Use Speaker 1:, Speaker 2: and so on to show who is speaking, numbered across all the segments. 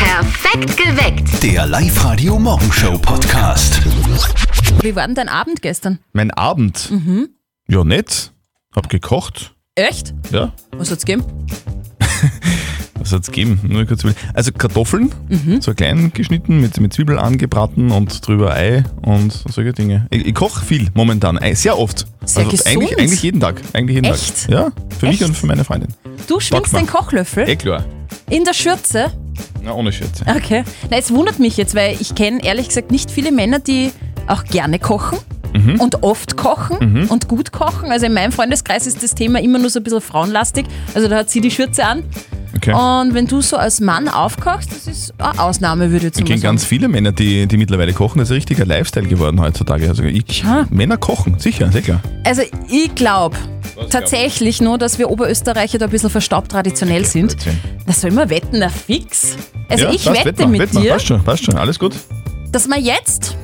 Speaker 1: Perfekt geweckt.
Speaker 2: Der Live-Radio Morgenshow Podcast.
Speaker 3: Wie war denn dein Abend gestern?
Speaker 4: Mein Abend? Ja, nett. Hab gekocht.
Speaker 3: Echt?
Speaker 4: Ja.
Speaker 3: Was hat's gegeben?
Speaker 4: Was hat's gegeben? Nur kurz überlegen. Also Kartoffeln,
Speaker 3: Mhm.
Speaker 4: so klein geschnitten, mit, mit Zwiebel angebraten und drüber Ei und solche Dinge. Ich, ich koche viel momentan, Ei- sehr oft. Also
Speaker 3: Sehr
Speaker 4: Eigentlich,
Speaker 3: gesund.
Speaker 4: eigentlich jeden Tag. Eigentlich jeden
Speaker 3: Echt?
Speaker 4: Tag. Ja, für mich
Speaker 3: Echt?
Speaker 4: und für meine Freundin.
Speaker 3: Du schwingst
Speaker 4: mal.
Speaker 3: den Kochlöffel
Speaker 4: Eh klar.
Speaker 3: in der Schürze.
Speaker 4: Na, ohne Scherz.
Speaker 3: Okay. Na, es wundert mich jetzt, weil ich kenne ehrlich gesagt nicht viele Männer, die auch gerne kochen.
Speaker 4: Mhm.
Speaker 3: Und oft kochen und gut kochen. Also in meinem Freundeskreis ist das Thema immer nur so ein bisschen frauenlastig. Also da hat sie die Schürze an.
Speaker 4: Okay.
Speaker 3: Und wenn du so als Mann aufkochst, das ist eine Ausnahme, würde ich jetzt
Speaker 4: Ich
Speaker 3: mal
Speaker 4: kenne
Speaker 3: sagen.
Speaker 4: ganz viele Männer, die, die mittlerweile kochen. Das ist ein richtiger Lifestyle geworden heutzutage. Also ich,
Speaker 3: Ja.
Speaker 4: Männer kochen, sicher, sehr klar.
Speaker 3: Also ich glaube
Speaker 4: glaubst du?
Speaker 3: tatsächlich nur, dass wir Oberösterreicher da ein bisschen verstaubt traditionell sind.
Speaker 4: Blödsinn.
Speaker 3: Das soll man wetten, na fix. Also
Speaker 4: ja,
Speaker 3: ich
Speaker 4: passt,
Speaker 3: wette
Speaker 4: mal,
Speaker 3: mit
Speaker 4: wett mal.
Speaker 3: dir,
Speaker 4: Passt schon, passt schon, alles gut.
Speaker 3: dass wir jetzt,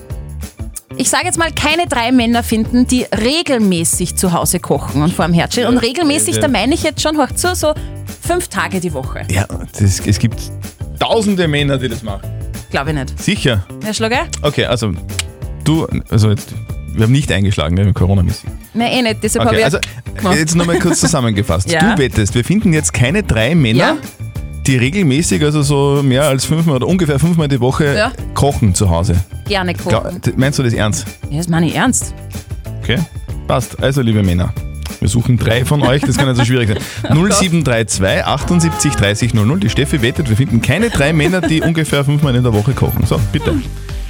Speaker 3: ich sage jetzt mal, keine drei Männer finden, die regelmäßig zu Hause kochen und vor dem Herd stehen. Und regelmäßig,
Speaker 4: ja.
Speaker 3: da meine ich jetzt schon, hört zu, so fünf Tage die Woche.
Speaker 4: Ja, das, es gibt tausende Männer, die das machen.
Speaker 3: Glaube ich nicht.
Speaker 4: Sicher.
Speaker 3: Herr Schlager?
Speaker 4: Okay, also du, also jetzt, wir haben nicht eingeschlagen, ne, Corona-mäßig.
Speaker 3: Nein, eh nicht. Deshalb habe
Speaker 4: Okay,
Speaker 3: ich
Speaker 4: also
Speaker 3: gemacht.
Speaker 4: jetzt nochmal kurz zusammengefasst.
Speaker 3: Ja.
Speaker 4: Du wettest, wir finden jetzt keine drei Männer,
Speaker 3: Ja.
Speaker 4: die regelmäßig, also so mehr als fünfmal oder ungefähr fünfmal die Woche
Speaker 3: Ja.
Speaker 4: kochen zu Hause.
Speaker 3: gerne
Speaker 4: Gla-
Speaker 3: kochen.
Speaker 4: d- meinst du das ernst?
Speaker 3: Ja, das meine ich ernst.
Speaker 4: Okay, passt. Also liebe Männer. Wir suchen drei von euch, das kann also schwierig sein. 0732 78 30 00. Die Steffi wettet, wir finden keine drei Männer, die ungefähr fünfmal in der Woche kochen. So, bitte.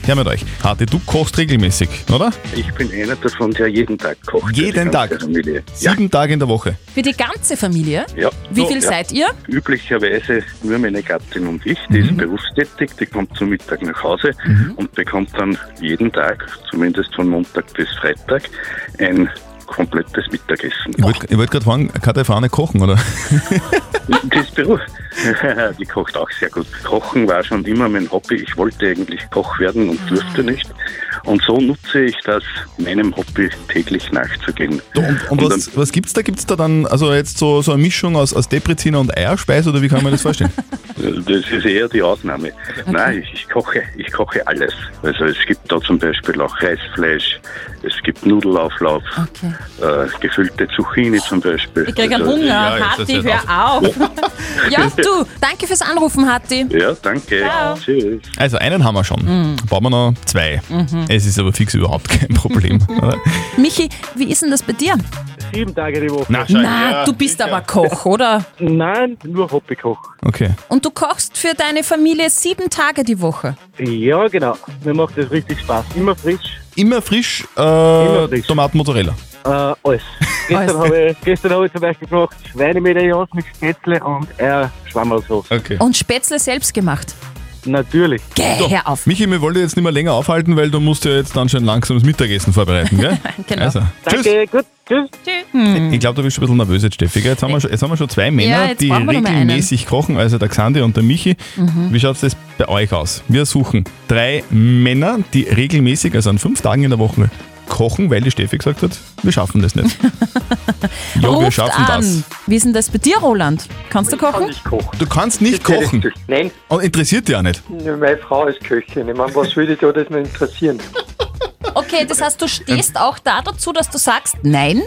Speaker 4: Her mit euch. Harte, du kochst regelmäßig, oder?
Speaker 5: Ich bin einer davon, der jeden Tag kocht.
Speaker 4: Jeden
Speaker 5: Die ganze
Speaker 4: Tag?
Speaker 5: Familie. Ja,
Speaker 4: Sieben Tage in der Woche.
Speaker 3: Für die ganze Familie,
Speaker 5: ja.
Speaker 3: wie
Speaker 5: So,
Speaker 3: viel
Speaker 5: ja.
Speaker 3: seid ihr?
Speaker 5: Üblicherweise nur meine Gattin und ich, die
Speaker 4: Mhm.
Speaker 5: ist berufstätig, die kommt zum Mittag nach Hause und bekommt dann jeden Tag, zumindest von Montag bis Freitag, ein komplettes Mittagessen.
Speaker 4: Ich wollte wollt gerade fragen, kann der Fahne kochen, oder?
Speaker 5: Das Beruf, die kocht auch sehr gut. Kochen war schon immer mein Hobby. Ich wollte eigentlich Koch werden
Speaker 3: Mhm.
Speaker 5: und durfte nicht. Und so nutze ich das, meinem Hobby täglich nachzugehen.
Speaker 4: Und, und was, was gibt's da? Gibt's da dann also jetzt so, so eine Mischung aus, aus Depreziner und Eierspeis, oder wie kann man das vorstellen?
Speaker 5: Das ist eher die Ausnahme. Nein, ich, ich koche, ich koche alles. Also es gibt da zum Beispiel auch Reisfleisch, es gibt Nudelauflauf,
Speaker 3: Okay.
Speaker 5: äh, gefüllte Zucchini zum Beispiel.
Speaker 3: Ich krieg einen
Speaker 5: also,
Speaker 3: Hunger.
Speaker 4: ja, jetzt
Speaker 3: Hatti,
Speaker 4: ist das
Speaker 3: hör auf. ja, du, danke fürs Anrufen, Hatti.
Speaker 5: Ja, danke. Tschüss.
Speaker 4: Also einen haben wir schon. Bauen wir noch zwei. Es ist aber fix überhaupt kein Problem. oder?
Speaker 3: Michi, wie ist denn das bei dir?
Speaker 6: Sieben Tage die Woche.
Speaker 4: Na, schau,
Speaker 3: Na,
Speaker 4: ja,
Speaker 3: du bist
Speaker 4: sicher.
Speaker 3: aber Koch, oder?
Speaker 6: Nein, nur Hobbykoch.
Speaker 4: Okay.
Speaker 3: Und du kochst für deine Familie sieben Tage die Woche.
Speaker 6: Ja, genau. Mir macht das richtig Spaß. Immer frisch.
Speaker 4: Immer frisch, äh,
Speaker 6: frisch.
Speaker 4: Tomaten Mozzarella.
Speaker 6: Äh, alles.
Speaker 3: Alles.
Speaker 6: gestern habe ich, gestern habe ich zum Beispiel gemacht Schweinemedaillons mit Spätzle und äh, Schwammerlsoße.
Speaker 4: Okay.
Speaker 3: Und Spätzle selbst gemacht.
Speaker 6: Natürlich.
Speaker 3: Geh, hör auf.
Speaker 4: Michi, wir wollen dich jetzt nicht mehr länger aufhalten, weil du musst ja jetzt anscheinend langsam das Mittagessen vorbereiten, gell?
Speaker 3: Genau. Hm.
Speaker 4: Also, tschüss.
Speaker 6: Danke, gut. Tschüss.
Speaker 4: Ich glaube, du bist schon ein bisschen nervös jetzt, Steffi. gell? Jetzt haben wir schon, jetzt haben wir schon zwei Männer,
Speaker 3: jetzt
Speaker 4: die
Speaker 3: brauchen wir noch mal einen. Mhm.
Speaker 4: regelmäßig kochen, also der Xandi und der Michi. Wie schaut es bei euch aus? Wir suchen drei Männer, die regelmäßig, also an fünf Tagen in der Woche, kochen, weil die Steffi gesagt hat, wir schaffen das nicht. ja, wir
Speaker 3: Ruft
Speaker 4: schaffen
Speaker 3: an.
Speaker 4: das.
Speaker 3: Wie ist denn das bei dir, Roland? Kannst du
Speaker 7: Kann
Speaker 3: kochen?
Speaker 7: ich kochen?
Speaker 4: Du kannst nicht kochen.
Speaker 7: Nein,
Speaker 4: Und interessiert dich auch nicht.
Speaker 7: meine Frau ist Köchin. Ich meine, was würde da das mal interessieren?
Speaker 3: Okay, das heißt, du stehst auch da dazu, dass du sagst, nein,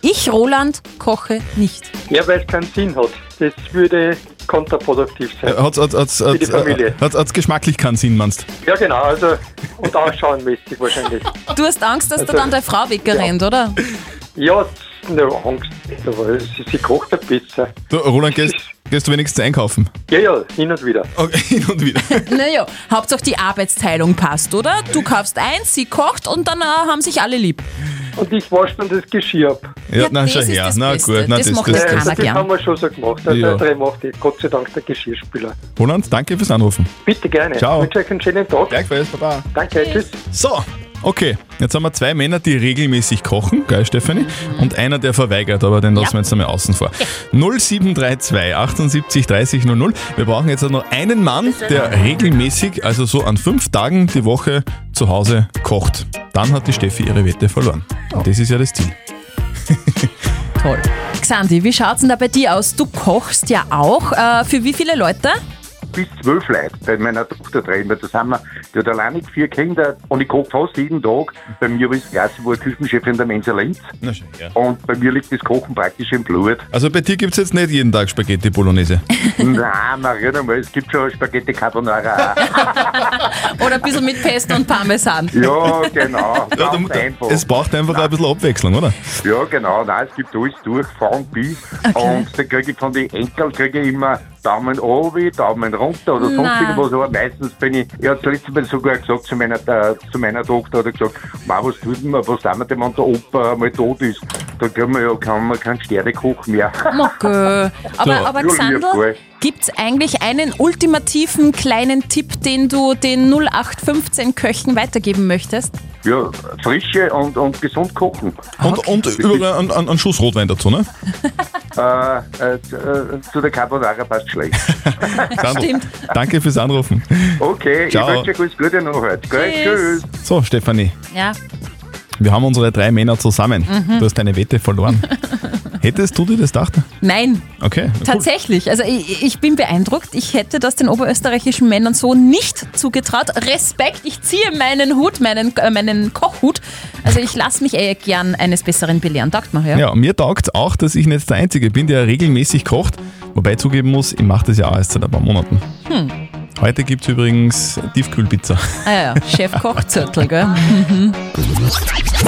Speaker 3: ich, Roland, koche nicht.
Speaker 7: Ja, weil es keinen Sinn hat. Das würde kontraproduktiv sein.
Speaker 4: Hat's, hat's, hat's,
Speaker 7: die
Speaker 4: hat's, äh,
Speaker 7: Familie.
Speaker 4: hat's, hat's geschmacklich keinen Sinn, meinst
Speaker 7: Ja, genau. Also, und ausschauenmäßig wahrscheinlich.
Speaker 3: Du hast Angst, dass
Speaker 7: Also,
Speaker 3: da dann deine Frau wegrennt, oder?
Speaker 7: Ja, ne, Angst nicht, aber sie, sie kocht ein bisschen.
Speaker 4: du? Roland, gehst, gehst du wenigstens einkaufen?
Speaker 7: Ja, ja, hin und wieder.
Speaker 4: Okay, hin und wieder.
Speaker 3: Naja, Hauptsache die Arbeitsteilung passt, oder? Du kaufst eins, sie kocht und dann äh, haben sich alle lieb.
Speaker 7: Und ich wasche dann das Geschirr ab.
Speaker 4: Ja,
Speaker 3: Ja,
Speaker 4: na,
Speaker 3: das
Speaker 4: schau
Speaker 3: ist
Speaker 4: her.
Speaker 3: das
Speaker 4: na
Speaker 3: Beste.
Speaker 4: gut, na,
Speaker 3: Das macht
Speaker 4: das,
Speaker 3: ja
Speaker 7: also,
Speaker 3: keiner
Speaker 7: das
Speaker 3: gern.
Speaker 7: haben wir schon so gemacht. Also,
Speaker 4: Ja.
Speaker 7: ja. drei macht die. Gott sei Dank der Geschirrspüler.
Speaker 4: Roland, danke fürs Anrufen.
Speaker 7: Bitte gerne.
Speaker 4: Ciao.
Speaker 7: Ich wünsche euch einen schönen Tag.
Speaker 4: Gleichfalls, Baba.
Speaker 7: Danke, tschüss.
Speaker 4: So, okay. Jetzt haben wir zwei Männer, die regelmäßig kochen. Geil, Stefanie. Und einer, der verweigert, aber den lassen wir jetzt einmal außen vor. 0732 78 30 00. Wir brauchen jetzt noch einen Mann, der regelmäßig, also so an fünf Tagen die Woche zu Hause kocht. Dann hat die Steffi ihre Wette verloren. Und das ist ja das Ziel.
Speaker 3: Toll. Xandi, wie schaut's denn da bei dir aus? Du kochst ja auch. Äh, für wie viele Leute?
Speaker 1: bis zwölf Leute bei meiner Tochter drehen, weil das haben wir, die hat alleinig vier Kinder und ich koche fast jeden Tag. Bei mir ist Klasse, war Küchenchef in der Mensa Lenz
Speaker 4: Na schön, ja.
Speaker 1: und bei mir liegt das Kochen praktisch im Blut.
Speaker 4: Also bei dir gibt es jetzt nicht jeden Tag Spaghetti Bolognese.
Speaker 1: Nein, Marina, mal, es gibt schon Spaghetti Carbonara. auch.
Speaker 3: Oder ein bisschen mit Pesto und Parmesan.
Speaker 1: ja, genau,
Speaker 4: Ja, du-
Speaker 1: ganz einfach.
Speaker 4: es braucht einfach ein bisschen Abwechslung, oder?
Speaker 1: Ja, genau, nein, es gibt alles durch, von bis. Und da kriege ich von den Enkeln kriege ich immer Daumen oben, Daumen runter oder sonst
Speaker 3: Nein.
Speaker 1: irgendwas. Aber meistens bin ich, ich habe das letzte Mal sogar gesagt zu meiner, äh, zu meiner Tochter, hat er gesagt, Ma, was tut denn, was tun wir denn, wenn der Opa mal tot ist? Da können wir ja kann man keinen Sternekoch mehr.
Speaker 3: Mocke. Aber,
Speaker 4: So.
Speaker 3: aber
Speaker 1: Ja,
Speaker 3: Xandl,
Speaker 1: lieber.
Speaker 3: gibt es eigentlich einen ultimativen kleinen Tipp, den du den 0815 Köchen weitergeben möchtest?
Speaker 1: Ja, frische und, und gesund kochen.
Speaker 4: Und, und über einen, einen einen Schuss Rotwein dazu, ne?
Speaker 1: Äh, äh, zu- äh, zu der Carbonara passt schlecht.
Speaker 4: Sandro,
Speaker 3: Stimmt.
Speaker 4: Danke fürs Anrufen.
Speaker 1: Okay,
Speaker 4: Ciao.
Speaker 1: ich wünsche euch alles Gute noch heute. Gell?
Speaker 3: Tschüss.
Speaker 1: Tschüss.
Speaker 4: So, Stefanie,
Speaker 3: Ja.
Speaker 4: wir haben unsere drei Männer zusammen.
Speaker 3: Mhm.
Speaker 4: Du hast deine Wette verloren. Hättest du dir das gedacht?
Speaker 3: Nein,
Speaker 4: Okay. Cool.
Speaker 3: tatsächlich. Also ich, ich bin beeindruckt. Ich hätte das den oberösterreichischen Männern so nicht zugetraut. Respekt, ich ziehe meinen Hut, meinen, äh, meinen Kochhut. Also ich lasse mich eher gern eines Besseren belehren. Taugt mir, ja?
Speaker 4: Ja, mir taugt auch, dass ich nicht der Einzige bin, der regelmäßig kocht. Wobei ich zugeben muss, ich mache das ja auch erst seit ein paar Monaten.
Speaker 3: Hm.
Speaker 4: Heute gibt es übrigens Tiefkühlpizza.
Speaker 3: Ah ja, Chefkochzürtel, gell? Mhm.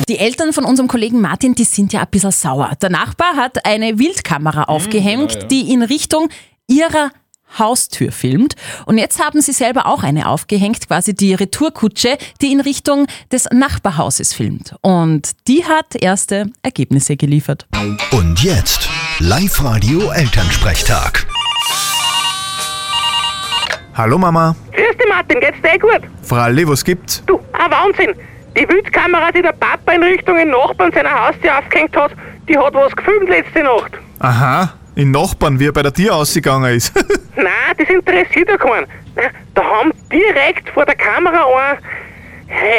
Speaker 3: Die Eltern von unserem Kollegen Martin, die sind ja ein bisschen sauer. Der Nachbar hat eine Wildkamera aufgehängt, die in Richtung ihrer Haustür filmt. Und jetzt haben sie selber auch eine aufgehängt, quasi die Retourkutsche, die in Richtung des Nachbarhauses filmt. Und die hat erste Ergebnisse geliefert.
Speaker 2: Und jetzt Live-Radio Elternsprechtag.
Speaker 8: Hallo Mama.
Speaker 9: Grüß dich, Martin, geht's dir eh gut?
Speaker 8: Fralli, was gibt's?
Speaker 9: Du, ein Wahnsinn! Die Wildkamera, die der Papa in Richtung den Nachbarn seiner Haustür aufgehängt hat, die hat was gefilmt letzte Nacht.
Speaker 8: Aha, in Nachbarn, wie er bei der Tür ausgegangen ist.
Speaker 9: Nein, das interessiert ja keinen. Nein, da haben direkt vor der Kamera ein,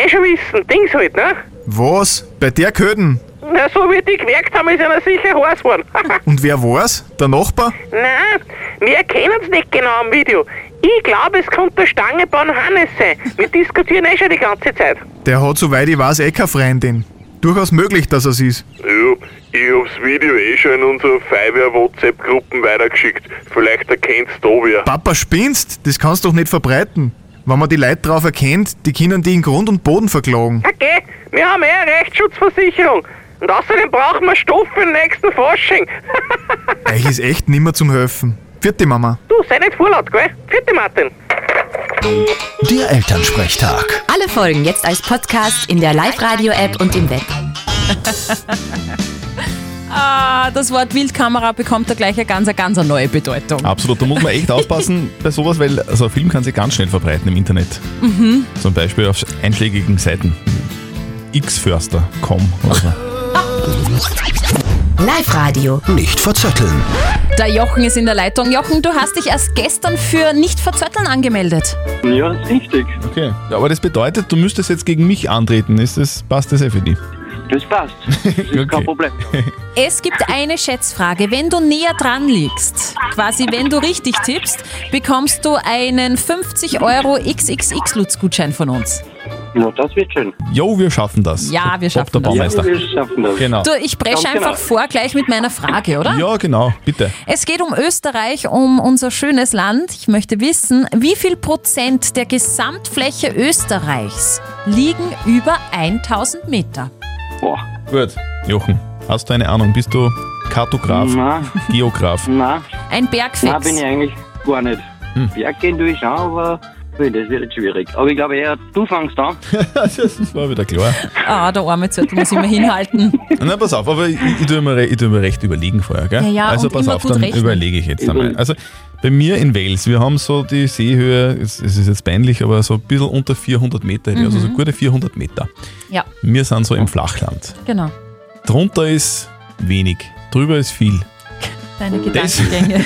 Speaker 9: eh schon wissen, Dings halt, ne?
Speaker 8: was? Bei der Köden?
Speaker 9: Na, so wie die gewerkt haben, ist einer sicher heiß geworden.
Speaker 8: Und wer war's? Der Nachbar?
Speaker 9: Nein, wir erkennen es nicht genau am Video. Ich glaube, es könnte der Stangebahn Hannes sein. Wir diskutieren eh schon die ganze Zeit.
Speaker 8: Der hat, soweit ich weiß, eh keine Freundin. Durchaus möglich, dass er's ist.
Speaker 10: Ja, ich hab's Video eh schon in unsere Fiverr-WhatsApp-Gruppen weitergeschickt. Vielleicht erkennt's da wer.
Speaker 8: Papa spinnst? Das kannst du doch nicht verbreiten. Wenn man die Leute drauf erkennt, die können die in Grund und Boden verklagen.
Speaker 9: Okay, wir haben eh eine Rechtsschutzversicherung. Und außerdem brauchen wir Stoff für den nächsten Fasching.
Speaker 8: Euch ist echt nimmer zum Helfen. Vierte Mama.
Speaker 9: du, sei nicht vorlaut, gell? Vierte Martin.
Speaker 2: Der Elternsprechtag.
Speaker 11: Alle Folgen jetzt als Podcast in der Live-Radio-App und im Web.
Speaker 3: Ah, das Wort Wildkamera bekommt da gleich eine ganz, eine ganz eine neue Bedeutung.
Speaker 4: Absolut, da muss man echt aufpassen bei sowas, weil so ein Film kann sich ganz schnell verbreiten im Internet. Zum Beispiel auf einschlägigen Seiten. xförster.com oder so.
Speaker 11: Live-Radio.
Speaker 2: Nicht verzetteln.
Speaker 3: Der Jochen ist in der Leitung. Jochen, du hast dich erst gestern für nicht verzötteln angemeldet.
Speaker 6: Ja, das ist richtig.
Speaker 4: Okay. Ja, aber das bedeutet, du müsstest jetzt gegen mich antreten. Ist das, passt das eh für dich?
Speaker 6: Das passt. Das ist
Speaker 4: Okay.
Speaker 6: kein Problem.
Speaker 3: Es gibt eine Schätzfrage. Wenn du näher dran liegst, quasi wenn du richtig tippst, bekommst du einen 50 Euro XXX-Lutz-Gutschein von uns.
Speaker 6: Ja, das wird schön.
Speaker 4: Jo, wir schaffen das.
Speaker 3: Ja, wir schaffen
Speaker 4: Bob, der
Speaker 3: das.
Speaker 4: Baumeister.
Speaker 6: Wir schaffen das.
Speaker 4: Genau.
Speaker 3: Du, ich presche
Speaker 6: Ganz genau.
Speaker 3: einfach vor gleich mit meiner Frage, oder?
Speaker 4: Ja, genau, bitte.
Speaker 3: Es geht um Österreich, um unser schönes Land. Ich möchte wissen, wie viel Prozent der Gesamtfläche Österreichs liegen über 1000 Meter?
Speaker 6: Boah.
Speaker 4: Gut. Jochen, hast du eine Ahnung? Bist du Kartograf,
Speaker 6: Nein,
Speaker 4: Geograf?
Speaker 6: nein,
Speaker 3: Ein Bergfix.
Speaker 6: nein, bin ich eigentlich gar nicht.
Speaker 12: Hm.
Speaker 6: Berg gehen tue ich schon, aber ui, das wird jetzt schwierig. Aber ich glaube eher, du fängst an.
Speaker 4: das war wieder klar.
Speaker 3: Ah, der arme Zettel muss ich mir hinhalten.
Speaker 4: Na, pass auf, aber ich, ich, tue mir, re- ich tue mir recht überlegen vorher, gell?
Speaker 3: Ja, ja,
Speaker 4: also
Speaker 3: und
Speaker 4: pass
Speaker 3: immer
Speaker 4: auf,
Speaker 3: gut
Speaker 4: dann
Speaker 3: rechnen.
Speaker 4: überlege ich jetzt einmal. Also bei mir in Wales, wir haben so die Seehöhe, es, es ist jetzt peinlich, aber so ein bisschen unter 400 Meter, hätte ich, also so
Speaker 3: Mhm.
Speaker 4: gute 400 Meter.
Speaker 3: Ja,
Speaker 4: Wir sind so
Speaker 3: Oh.
Speaker 4: im Flachland.
Speaker 3: genau.
Speaker 4: Drunter ist wenig, drüber ist viel.
Speaker 3: Deine
Speaker 4: Das-
Speaker 3: Gedankengänge.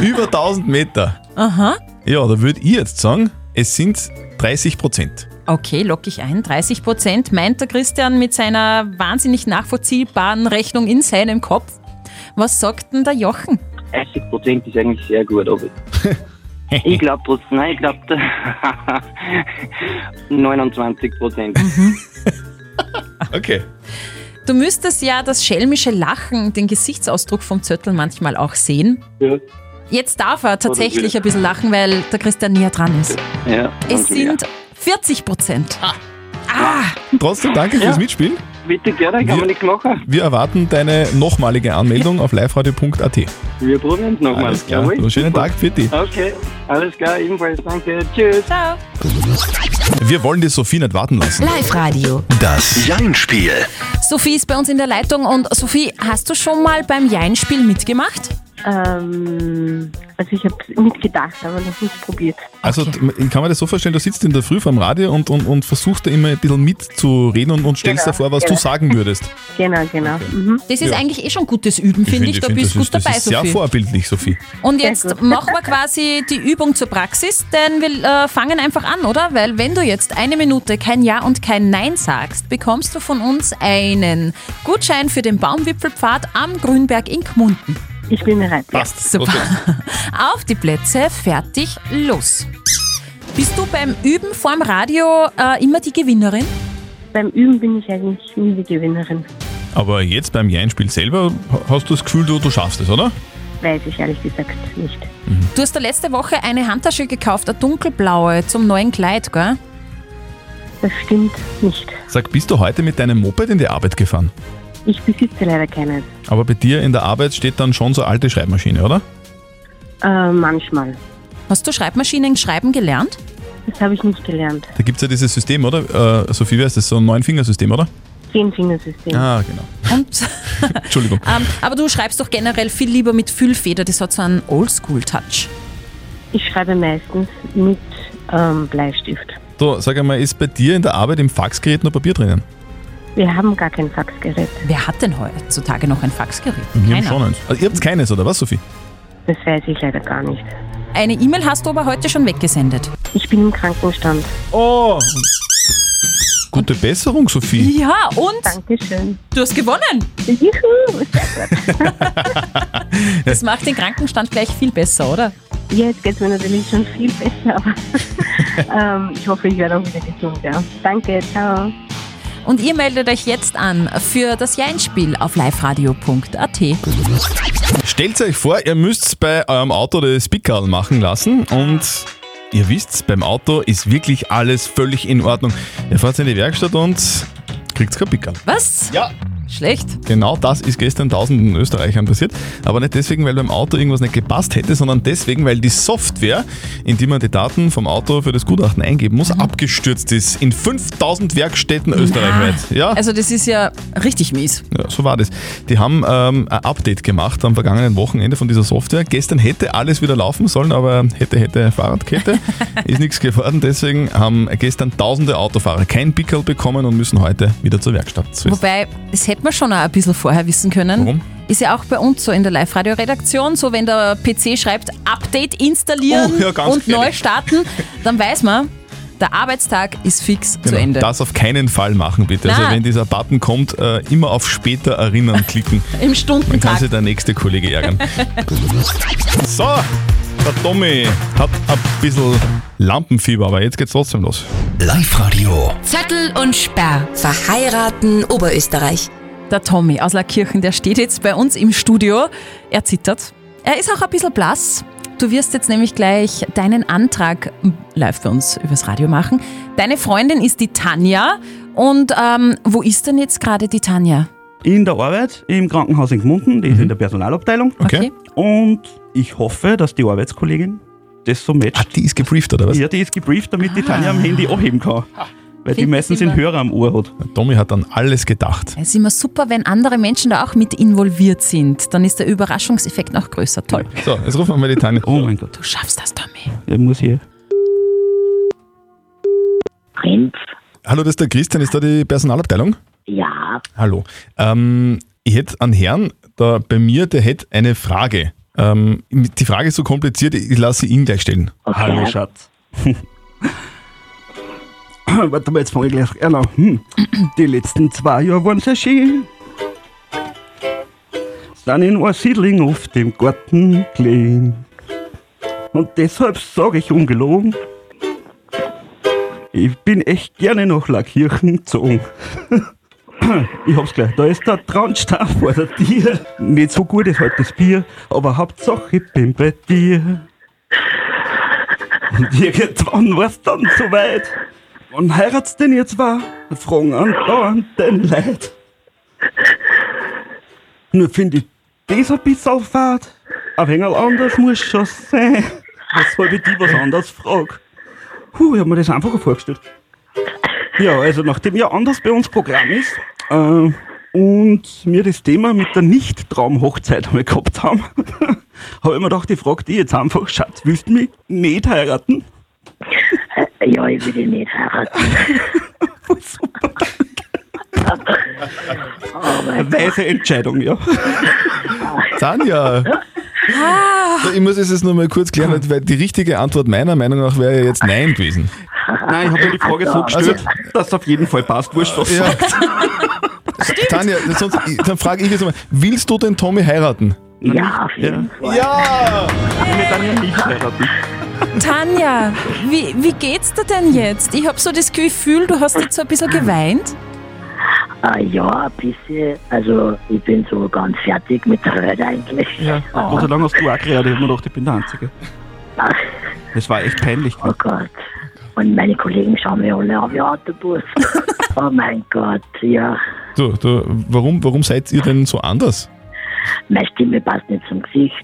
Speaker 4: Über 1000 Meter.
Speaker 3: Aha.
Speaker 4: Ja, da würde ich jetzt sagen, es sind 30 Prozent.
Speaker 3: Okay, lock ich ein. 30 Prozent meint der Christian mit seiner wahnsinnig nachvollziehbaren Rechnung in seinem Kopf. Was sagt denn der Jochen?
Speaker 6: 30 Prozent ist eigentlich sehr gut, aber
Speaker 13: Ich glaube trotzdem, nein, ich glaube 29 Prozent.
Speaker 3: Ah.
Speaker 4: Okay.
Speaker 3: Du müsstest ja das schelmische Lachen, den Gesichtsausdruck vom Zöttel manchmal auch sehen.
Speaker 13: Ja.
Speaker 3: Jetzt darf er
Speaker 13: Oder
Speaker 3: tatsächlich
Speaker 13: wir.
Speaker 3: ein bisschen lachen, weil der Christian näher dran ist.
Speaker 13: Ja,
Speaker 3: Es
Speaker 13: danke
Speaker 3: sind 40 Prozent.
Speaker 4: Trotzdem danke
Speaker 13: Ja.
Speaker 4: fürs Mitspielen.
Speaker 13: Bitte gerne, kann man nichts machen.
Speaker 4: Wir erwarten deine nochmalige Anmeldung auf liveradio.at.
Speaker 13: Wir probieren es nochmal.
Speaker 4: Alles klar. Du, schönen Tag, Fitti.
Speaker 13: Okay, alles klar, ebenfalls danke. Tschüss.
Speaker 3: Ciao.
Speaker 4: Wir wollen die Sophie nicht warten lassen.
Speaker 3: Live Radio.
Speaker 4: Das Jein-Spiel.
Speaker 3: Sophie ist bei uns in der Leitung und Sophie, hast du schon mal beim Jein-Spiel mitgemacht?
Speaker 14: Ähm, also ich habe mitgedacht, aber noch nicht probiert.
Speaker 4: Also t- kann man das so vorstellen, du sitzt in der Früh vorm Radio und, und, und versuchst da immer ein bisschen mitzureden und, und stellst
Speaker 14: Genau,
Speaker 4: dir vor, was
Speaker 14: genau.
Speaker 4: du sagen würdest.
Speaker 14: Genau, genau.
Speaker 3: Das ist
Speaker 4: Ja.
Speaker 3: eigentlich eh schon gutes Üben, finde ich. Da bist du
Speaker 4: das
Speaker 3: gut
Speaker 4: ist,
Speaker 3: dabei,
Speaker 4: das ist sehr
Speaker 3: Sophie.
Speaker 4: vorbildlich, Sophie.
Speaker 3: Und jetzt machen wir quasi die Übung zur Praxis, denn wir äh, fangen einfach an, oder? Weil wenn du jetzt eine Minute kein Ja und kein Nein sagst, bekommst du von uns einen Gutschein für den Baumwipfelpfad am Grünberg in Gmunden.
Speaker 14: Ich bin bereit.
Speaker 4: Passt.
Speaker 3: Super. Auf die Plätze, fertig, los. Bist du beim Üben vorm Radio äh, immer die Gewinnerin?
Speaker 14: Beim Üben bin ich eigentlich nie die Gewinnerin.
Speaker 4: Aber jetzt beim Jein-Spiel selber ha- hast du das Gefühl, du, du schaffst es, oder?
Speaker 14: Weiß ich ehrlich gesagt nicht.
Speaker 3: Du hast da letzte Woche eine Handtasche gekauft, eine dunkelblaue, zum neuen Kleid, gell?
Speaker 14: Das stimmt nicht.
Speaker 4: Sag, bist du heute mit deinem Moped in die Arbeit gefahren?
Speaker 14: Ich besitze leider keine.
Speaker 4: Aber bei dir in der Arbeit steht dann schon so eine alte Schreibmaschine, oder?
Speaker 14: Äh, manchmal.
Speaker 3: Hast du Schreibmaschinen schreiben gelernt?
Speaker 14: Das habe ich nicht gelernt.
Speaker 4: Da gibt es ja dieses System, oder? Äh, Sophie, wer ist das? So ein Neun-Finger-System, oder?
Speaker 14: Zehn-Fingersystem.
Speaker 4: Ah, genau.
Speaker 3: Und,
Speaker 4: Entschuldigung.
Speaker 3: ähm, aber du schreibst doch generell viel lieber mit Füllfeder, das hat so einen Oldschool-Touch.
Speaker 14: Ich schreibe meistens mit ähm, Bleistift.
Speaker 4: So, sag einmal, ist bei dir in der Arbeit im Faxgerät noch Papier drinnen?
Speaker 14: Wir haben gar kein Faxgerät.
Speaker 3: Wer hat denn heutzutage noch ein Faxgerät?
Speaker 4: Wir haben
Speaker 3: Keiner.
Speaker 4: schon eins. Also, ihr habt keines, oder was, Sophie?
Speaker 14: Das weiß ich leider gar nicht.
Speaker 3: Eine E-Mail hast du aber heute schon weggesendet.
Speaker 14: Ich bin im Krankenstand.
Speaker 4: Oh! Gute Besserung, Sophie.
Speaker 3: Ja, und?
Speaker 14: Dankeschön.
Speaker 3: Du hast gewonnen!
Speaker 14: Juhu!
Speaker 3: Das macht den Krankenstand gleich viel besser, oder?
Speaker 14: Ja, jetzt geht es mir natürlich schon viel besser, aber ähm, ich hoffe, ich werde auch wieder gesund. Ja. Danke, ciao.
Speaker 3: Und ihr meldet euch jetzt an für das Jeinspiel auf liveradio.at.
Speaker 4: Stellt euch vor, ihr müsst bei eurem Auto das Pickerl machen lassen und ihr wisst, beim Auto ist wirklich alles völlig in Ordnung. Ihr fahrt in die Werkstatt und kriegt kein Pickerl.
Speaker 3: Was?
Speaker 4: Ja.
Speaker 3: Schlecht.
Speaker 4: Genau das ist gestern tausenden Österreichern passiert. Aber nicht deswegen, weil beim Auto irgendwas nicht gepasst hätte, sondern deswegen, weil die Software, in die man die Daten vom Auto für das Gutachten eingeben muss, abgestürzt ist. In 5000 Werkstätten österreichweit. Ja.
Speaker 3: Also das ist ja richtig mies.
Speaker 4: Ja, so war das. Die haben ähm, ein Update gemacht am vergangenen Wochenende von dieser Software. Gestern hätte alles wieder laufen sollen, aber hätte, hätte, Fahrradkette. ist nichts geworden. Deswegen haben gestern tausende Autofahrer kein Pickel bekommen und müssen heute wieder zur Werkstatt. So ist-
Speaker 3: Wobei, das hätte man schon auch ein bisschen vorher wissen können.
Speaker 4: Warum?
Speaker 3: Ist ja auch bei uns so in der Live-Radio-Redaktion, so wenn der PC schreibt, Update installieren
Speaker 4: Oh, ja, ganz
Speaker 3: und neu
Speaker 4: gefährlich.
Speaker 3: starten, dann weiß man, der Arbeitstag ist fix zu
Speaker 4: Genau.
Speaker 3: Ende.
Speaker 4: Das auf keinen Fall machen, bitte. Also,
Speaker 3: Nein.
Speaker 4: wenn dieser Button kommt, äh, immer auf später erinnern klicken.
Speaker 3: Im
Speaker 4: Dann kann
Speaker 3: Stundentag.
Speaker 4: sich der nächste Kollege ärgern. so, der Tommy hat ein bisschen Lampenfieber, aber jetzt geht's trotzdem los.
Speaker 2: Live-Radio.
Speaker 11: Zettel und Sperr. Verheiraten Oberösterreich.
Speaker 3: Der Tommy aus Lackirchen, der steht jetzt bei uns im Studio. Er zittert. Er ist auch ein bisschen blass. Du wirst jetzt nämlich gleich deinen Antrag live bei uns übers Radio machen. Deine Freundin ist die Tanja. Und ähm, wo ist denn jetzt gerade die Tanja?
Speaker 12: in der Arbeit im Krankenhaus in Gmunden, die ist in der Personalabteilung.
Speaker 3: Okay.
Speaker 12: Und ich hoffe, dass die Arbeitskollegin das so matcht.
Speaker 4: Ah, die ist gebrieft, oder was? Ah.
Speaker 12: Ja, die ist gebrieft, damit die Tanja am Handy anheben kann. Weil die
Speaker 3: Findest
Speaker 12: meistens
Speaker 3: du
Speaker 12: den
Speaker 3: immer-
Speaker 12: Hörer am Ohr hat.
Speaker 4: Tommy hat an alles gedacht.
Speaker 3: Es ist immer super, wenn andere Menschen da auch mit involviert sind. Dann ist der Überraschungseffekt noch größer. Toll.
Speaker 4: So, jetzt rufen wir mal die Tanja.
Speaker 12: Oh mein Gott.
Speaker 3: Du schaffst das, Tommy.
Speaker 12: Der muss hier.
Speaker 4: Hallo, das ist der Christian, ist da die Personalabteilung?
Speaker 15: Ja,
Speaker 4: Hallo. Ähm, ich hätte einen Herrn da bei mir, der hätte eine Frage. Ähm, die Frage ist so kompliziert, ich lasse sie ihn gleich stellen.
Speaker 12: Hallo, Schatz. Warte mal, jetzt fange ich gleich an. Hm. Die letzten zwei Jahre waren sehr schön. Sind in Siedling auf dem Garten gelegen. Und deshalb sage ich ungelogen, ich bin echt gerne nach Lackirchen gezogen. Ich hab's gleich. Da ist der Traunstein vor der Tür. Nicht so gut ist halt das Bier, aber Hauptsache ich bin bei dir. Und irgendwann war's dann soweit. Wann heirat's denn jetzt war? Fragen andauernd den Leid. Nur finde ich das ein bisschen auf Fahrt. Ein wenig anders muss schon sein. Was soll ich die was anders frag? Huh, ich hab mir das einfacher vorgestellt. Ja, also nachdem ja anders bei uns Programm ist äh, und wir das Thema mit der Nicht-Traum-Hochzeit einmal gehabt haben, habe ich mir gedacht, ich frage dich jetzt einfach, Schatz, willst du mich nicht heiraten?
Speaker 15: Äh, Ja, ich will dich nicht heiraten.
Speaker 12: Eine weise Entscheidung, ja.
Speaker 4: Tanja!
Speaker 3: Ah,
Speaker 4: So, ich muss es jetzt nur mal kurz klären, weil die richtige Antwort meiner Meinung nach wäre ja jetzt Nein gewesen.
Speaker 12: Nein, ich habe mir die Frage so gestellt,
Speaker 15: Also-
Speaker 12: dass es auf jeden Fall passt. Wurscht, was
Speaker 4: Ja.
Speaker 12: sagt.
Speaker 4: Tanja, sonst, dann frage ich jetzt mal, willst du den Tommy heiraten?
Speaker 15: Ja, auf jeden
Speaker 4: Fall. Ja!
Speaker 3: Tanja, wie, wie geht's dir denn jetzt? Ich habe so das Gefühl, du hast jetzt so ein bisschen geweint.
Speaker 15: Ah, ja, ein bisschen. Also, ich bin so ganz fertig mit der Welt eigentlich.
Speaker 12: Ja.
Speaker 15: Ah.
Speaker 12: Und so lange hast du auch geredet, ich hab mir gedacht, ich bin der Einzige. Das war echt peinlich.
Speaker 15: Oh Gott. Und meine Kollegen schauen mir alle auf den Autobus. oh mein Gott, ja.
Speaker 4: Du, du, warum, warum seid ihr denn so anders?
Speaker 15: Meine Stimme passt nicht zum Gesicht.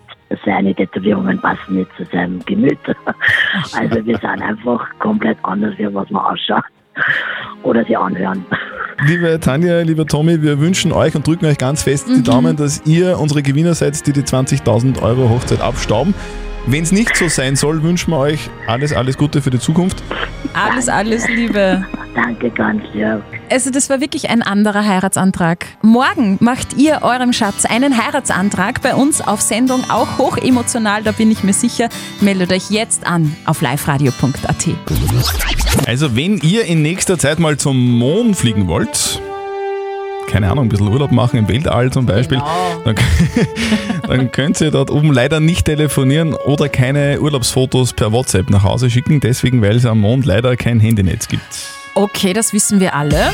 Speaker 15: Seine Tätowierungen passen nicht zu seinem Gemüt. Also, wir sind einfach komplett anders, wie was wir ausschauen. Oder sie anhören.
Speaker 4: Liebe Tanja, lieber Tommy, wir wünschen euch und drücken euch ganz fest
Speaker 15: Mhm.
Speaker 4: die Daumen, dass ihr unsere Gewinner seid, die die 20.000 Euro Hochzeit abstauben. Wenn es nicht so sein soll, wünschen wir euch alles, alles Gute für die Zukunft.
Speaker 3: Alles, alles Liebe.
Speaker 15: Danke ganz lieb.
Speaker 3: Also das war wirklich ein anderer Heiratsantrag. Morgen macht ihr eurem Schatz einen Heiratsantrag bei uns auf Sendung, auch hoch emotional, da bin ich mir sicher. Meldet euch jetzt an auf liveradio.at.
Speaker 4: Also, wenn ihr in nächster Zeit mal zum Mond fliegen wollt, keine Ahnung, ein bisschen Urlaub machen im Weltall zum Beispiel, dann, dann könnt ihr dort oben leider nicht telefonieren oder keine Urlaubsfotos per WhatsApp nach Hause schicken, deswegen, weil es am Mond leider kein Handynetz gibt.
Speaker 3: Okay, das wissen wir alle.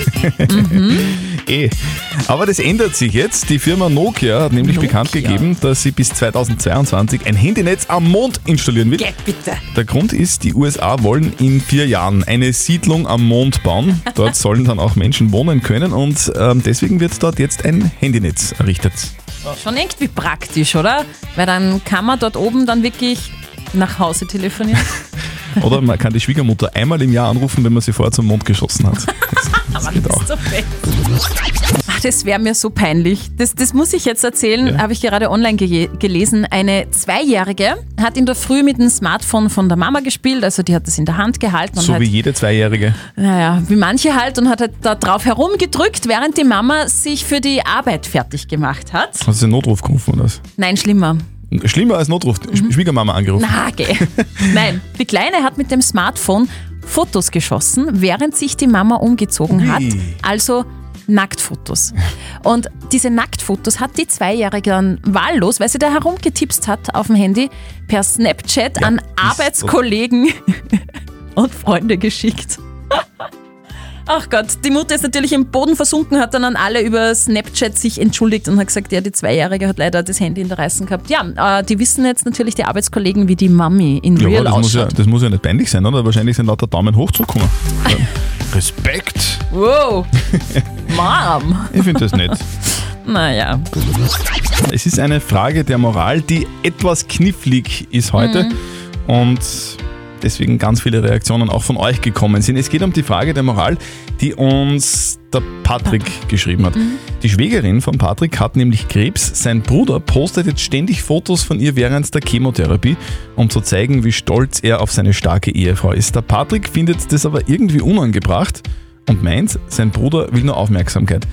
Speaker 4: Eh. Aber das ändert sich jetzt. Die Firma Nokia hat nämlich bekannt gegeben, dass sie bis 2022 ein Handynetz am Mond installieren will.
Speaker 3: bitte.
Speaker 4: Der Grund ist, die USA wollen in vier Jahren eine Siedlung am Mond bauen. Dort sollen dann auch Menschen wohnen können und ähm, deswegen wird dort jetzt ein Handynetz errichtet.
Speaker 3: Schon irgendwie praktisch, oder? Weil dann kann man dort oben dann wirklich nach Hause telefonieren.
Speaker 4: Oder man kann die Schwiegermutter einmal im Jahr anrufen, wenn man sie vorher zum Mond geschossen hat. Das, das geht auch.
Speaker 3: So fett. Ach, das wäre mir so peinlich. Das, das muss ich jetzt erzählen, habe ich gerade online ge gelesen. Eine Zweijährige hat in der Früh mit dem Smartphone von der Mama gespielt, also die hat das in der Hand gehalten und
Speaker 4: So
Speaker 3: hat
Speaker 4: wie jede Zweijährige.
Speaker 3: naja, wie manche halt und hat halt da drauf herumgedrückt, während die Mama sich für die Arbeit fertig gemacht hat.
Speaker 4: Hast du den Notruf gerufen oder was?
Speaker 3: Nein, schlimmer.
Speaker 4: Schlimmer als Notruf, Sch- Schwiegermama angerufen.
Speaker 3: Na, geh. Nein, die Kleine hat mit dem Smartphone Fotos geschossen, während sich die Mama umgezogen hat.
Speaker 4: Ui.
Speaker 3: Also Nacktfotos. Und diese Nacktfotos hat die Zweijährige dann wahllos, weil sie da herumgetipst hat auf dem Handy, per Snapchat an Arbeitskollegen und Freunde geschickt. Ach Gott, die Mutter ist natürlich im Boden versunken, hat dann an alle über Snapchat sich entschuldigt und hat gesagt, ja, die Zweijährige hat leider das Handy in der Reißen gehabt. Ja, äh, die wissen jetzt natürlich die Arbeitskollegen, wie die Mami in
Speaker 4: Ja, aber
Speaker 3: Real
Speaker 4: das muss ja,
Speaker 3: ausschaut.
Speaker 4: das muss ja nicht peinlich sein, oder? Wahrscheinlich sind lauter Daumen hoch zugekommen. Ja. Respekt!
Speaker 3: Wow, Mom.
Speaker 4: Ich finde das nett.
Speaker 3: Naja.
Speaker 4: Es ist eine Frage der Moral, die etwas knifflig ist heute
Speaker 3: Mhm.
Speaker 4: und deswegen ganz viele Reaktionen auch von euch gekommen sind. Es geht um die Frage der Moral, die uns der Patrick geschrieben hat. Die Schwägerin von Patrick hat nämlich Krebs. Sein Bruder postet jetzt ständig Fotos von ihr während der Chemotherapie, um zu zeigen, wie stolz er auf seine starke Ehefrau ist. Der Patrick findet das aber irgendwie unangebracht und meint, sein Bruder will nur Aufmerksamkeit.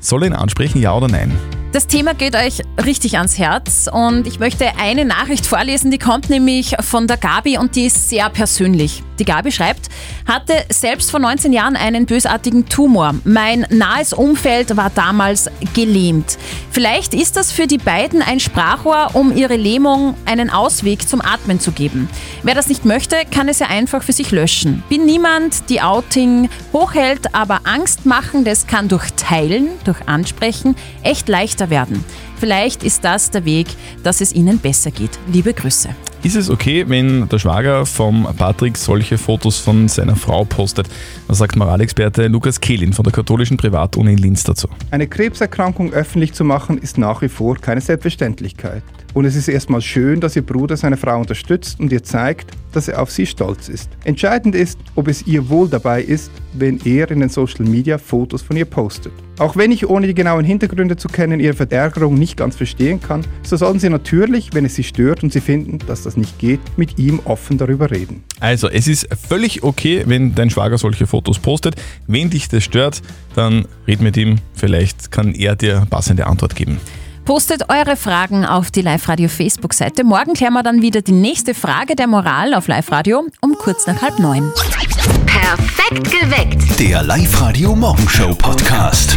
Speaker 4: Soll er ihn ansprechen, ja oder nein?
Speaker 3: Das Thema geht euch richtig ans Herz und ich möchte eine Nachricht vorlesen, die kommt nämlich von der Gabi und die ist sehr persönlich. Die Gabi schreibt, hatte selbst vor 19 Jahren einen bösartigen Tumor. Mein nahes Umfeld war damals gelähmt. Vielleicht ist das für die beiden ein Sprachrohr, um ihre Lähmung einen Ausweg zum Atmen zu geben. Wer das nicht möchte, kann es ja einfach für sich löschen. Bin niemand, die Outing hochhält, aber Angst machen, das kann durch Teilen, durch Ansprechen echt leichter werden. Vielleicht ist das der Weg, dass es ihnen besser geht. Liebe Grüße.
Speaker 4: Ist es okay, wenn der Schwager vom Patrick solche Fotos von seiner Frau postet? Was sagt Moralexperte Lukas Kehlin von der katholischen Privatuni Linz dazu?
Speaker 7: Eine Krebserkrankung öffentlich zu machen, ist nach wie vor keine Selbstverständlichkeit. Und es ist erstmal schön, dass ihr Bruder seine Frau unterstützt und ihr zeigt, dass er auf sie stolz ist. Entscheidend ist, ob es ihr wohl dabei ist, wenn er in den Social Media Fotos von ihr postet. Auch wenn ich ohne die genauen Hintergründe zu kennen ihre Verärgerung nicht ganz verstehen kann, so sollten sie natürlich, wenn es sie stört und sie finden, dass das nicht geht, mit ihm offen darüber reden.
Speaker 4: Also, es ist völlig okay, wenn dein Schwager solche Fotos postet. Wenn dich das stört, dann red mit ihm. Vielleicht kann er dir passende Antwort geben.
Speaker 3: Postet eure Fragen auf die Live-Radio Facebook-Seite. Morgen klären wir dann wieder die nächste Frage der Moral auf Live-Radio um kurz nach halb neun.
Speaker 2: Der Live-Radio Morgenshow Podcast.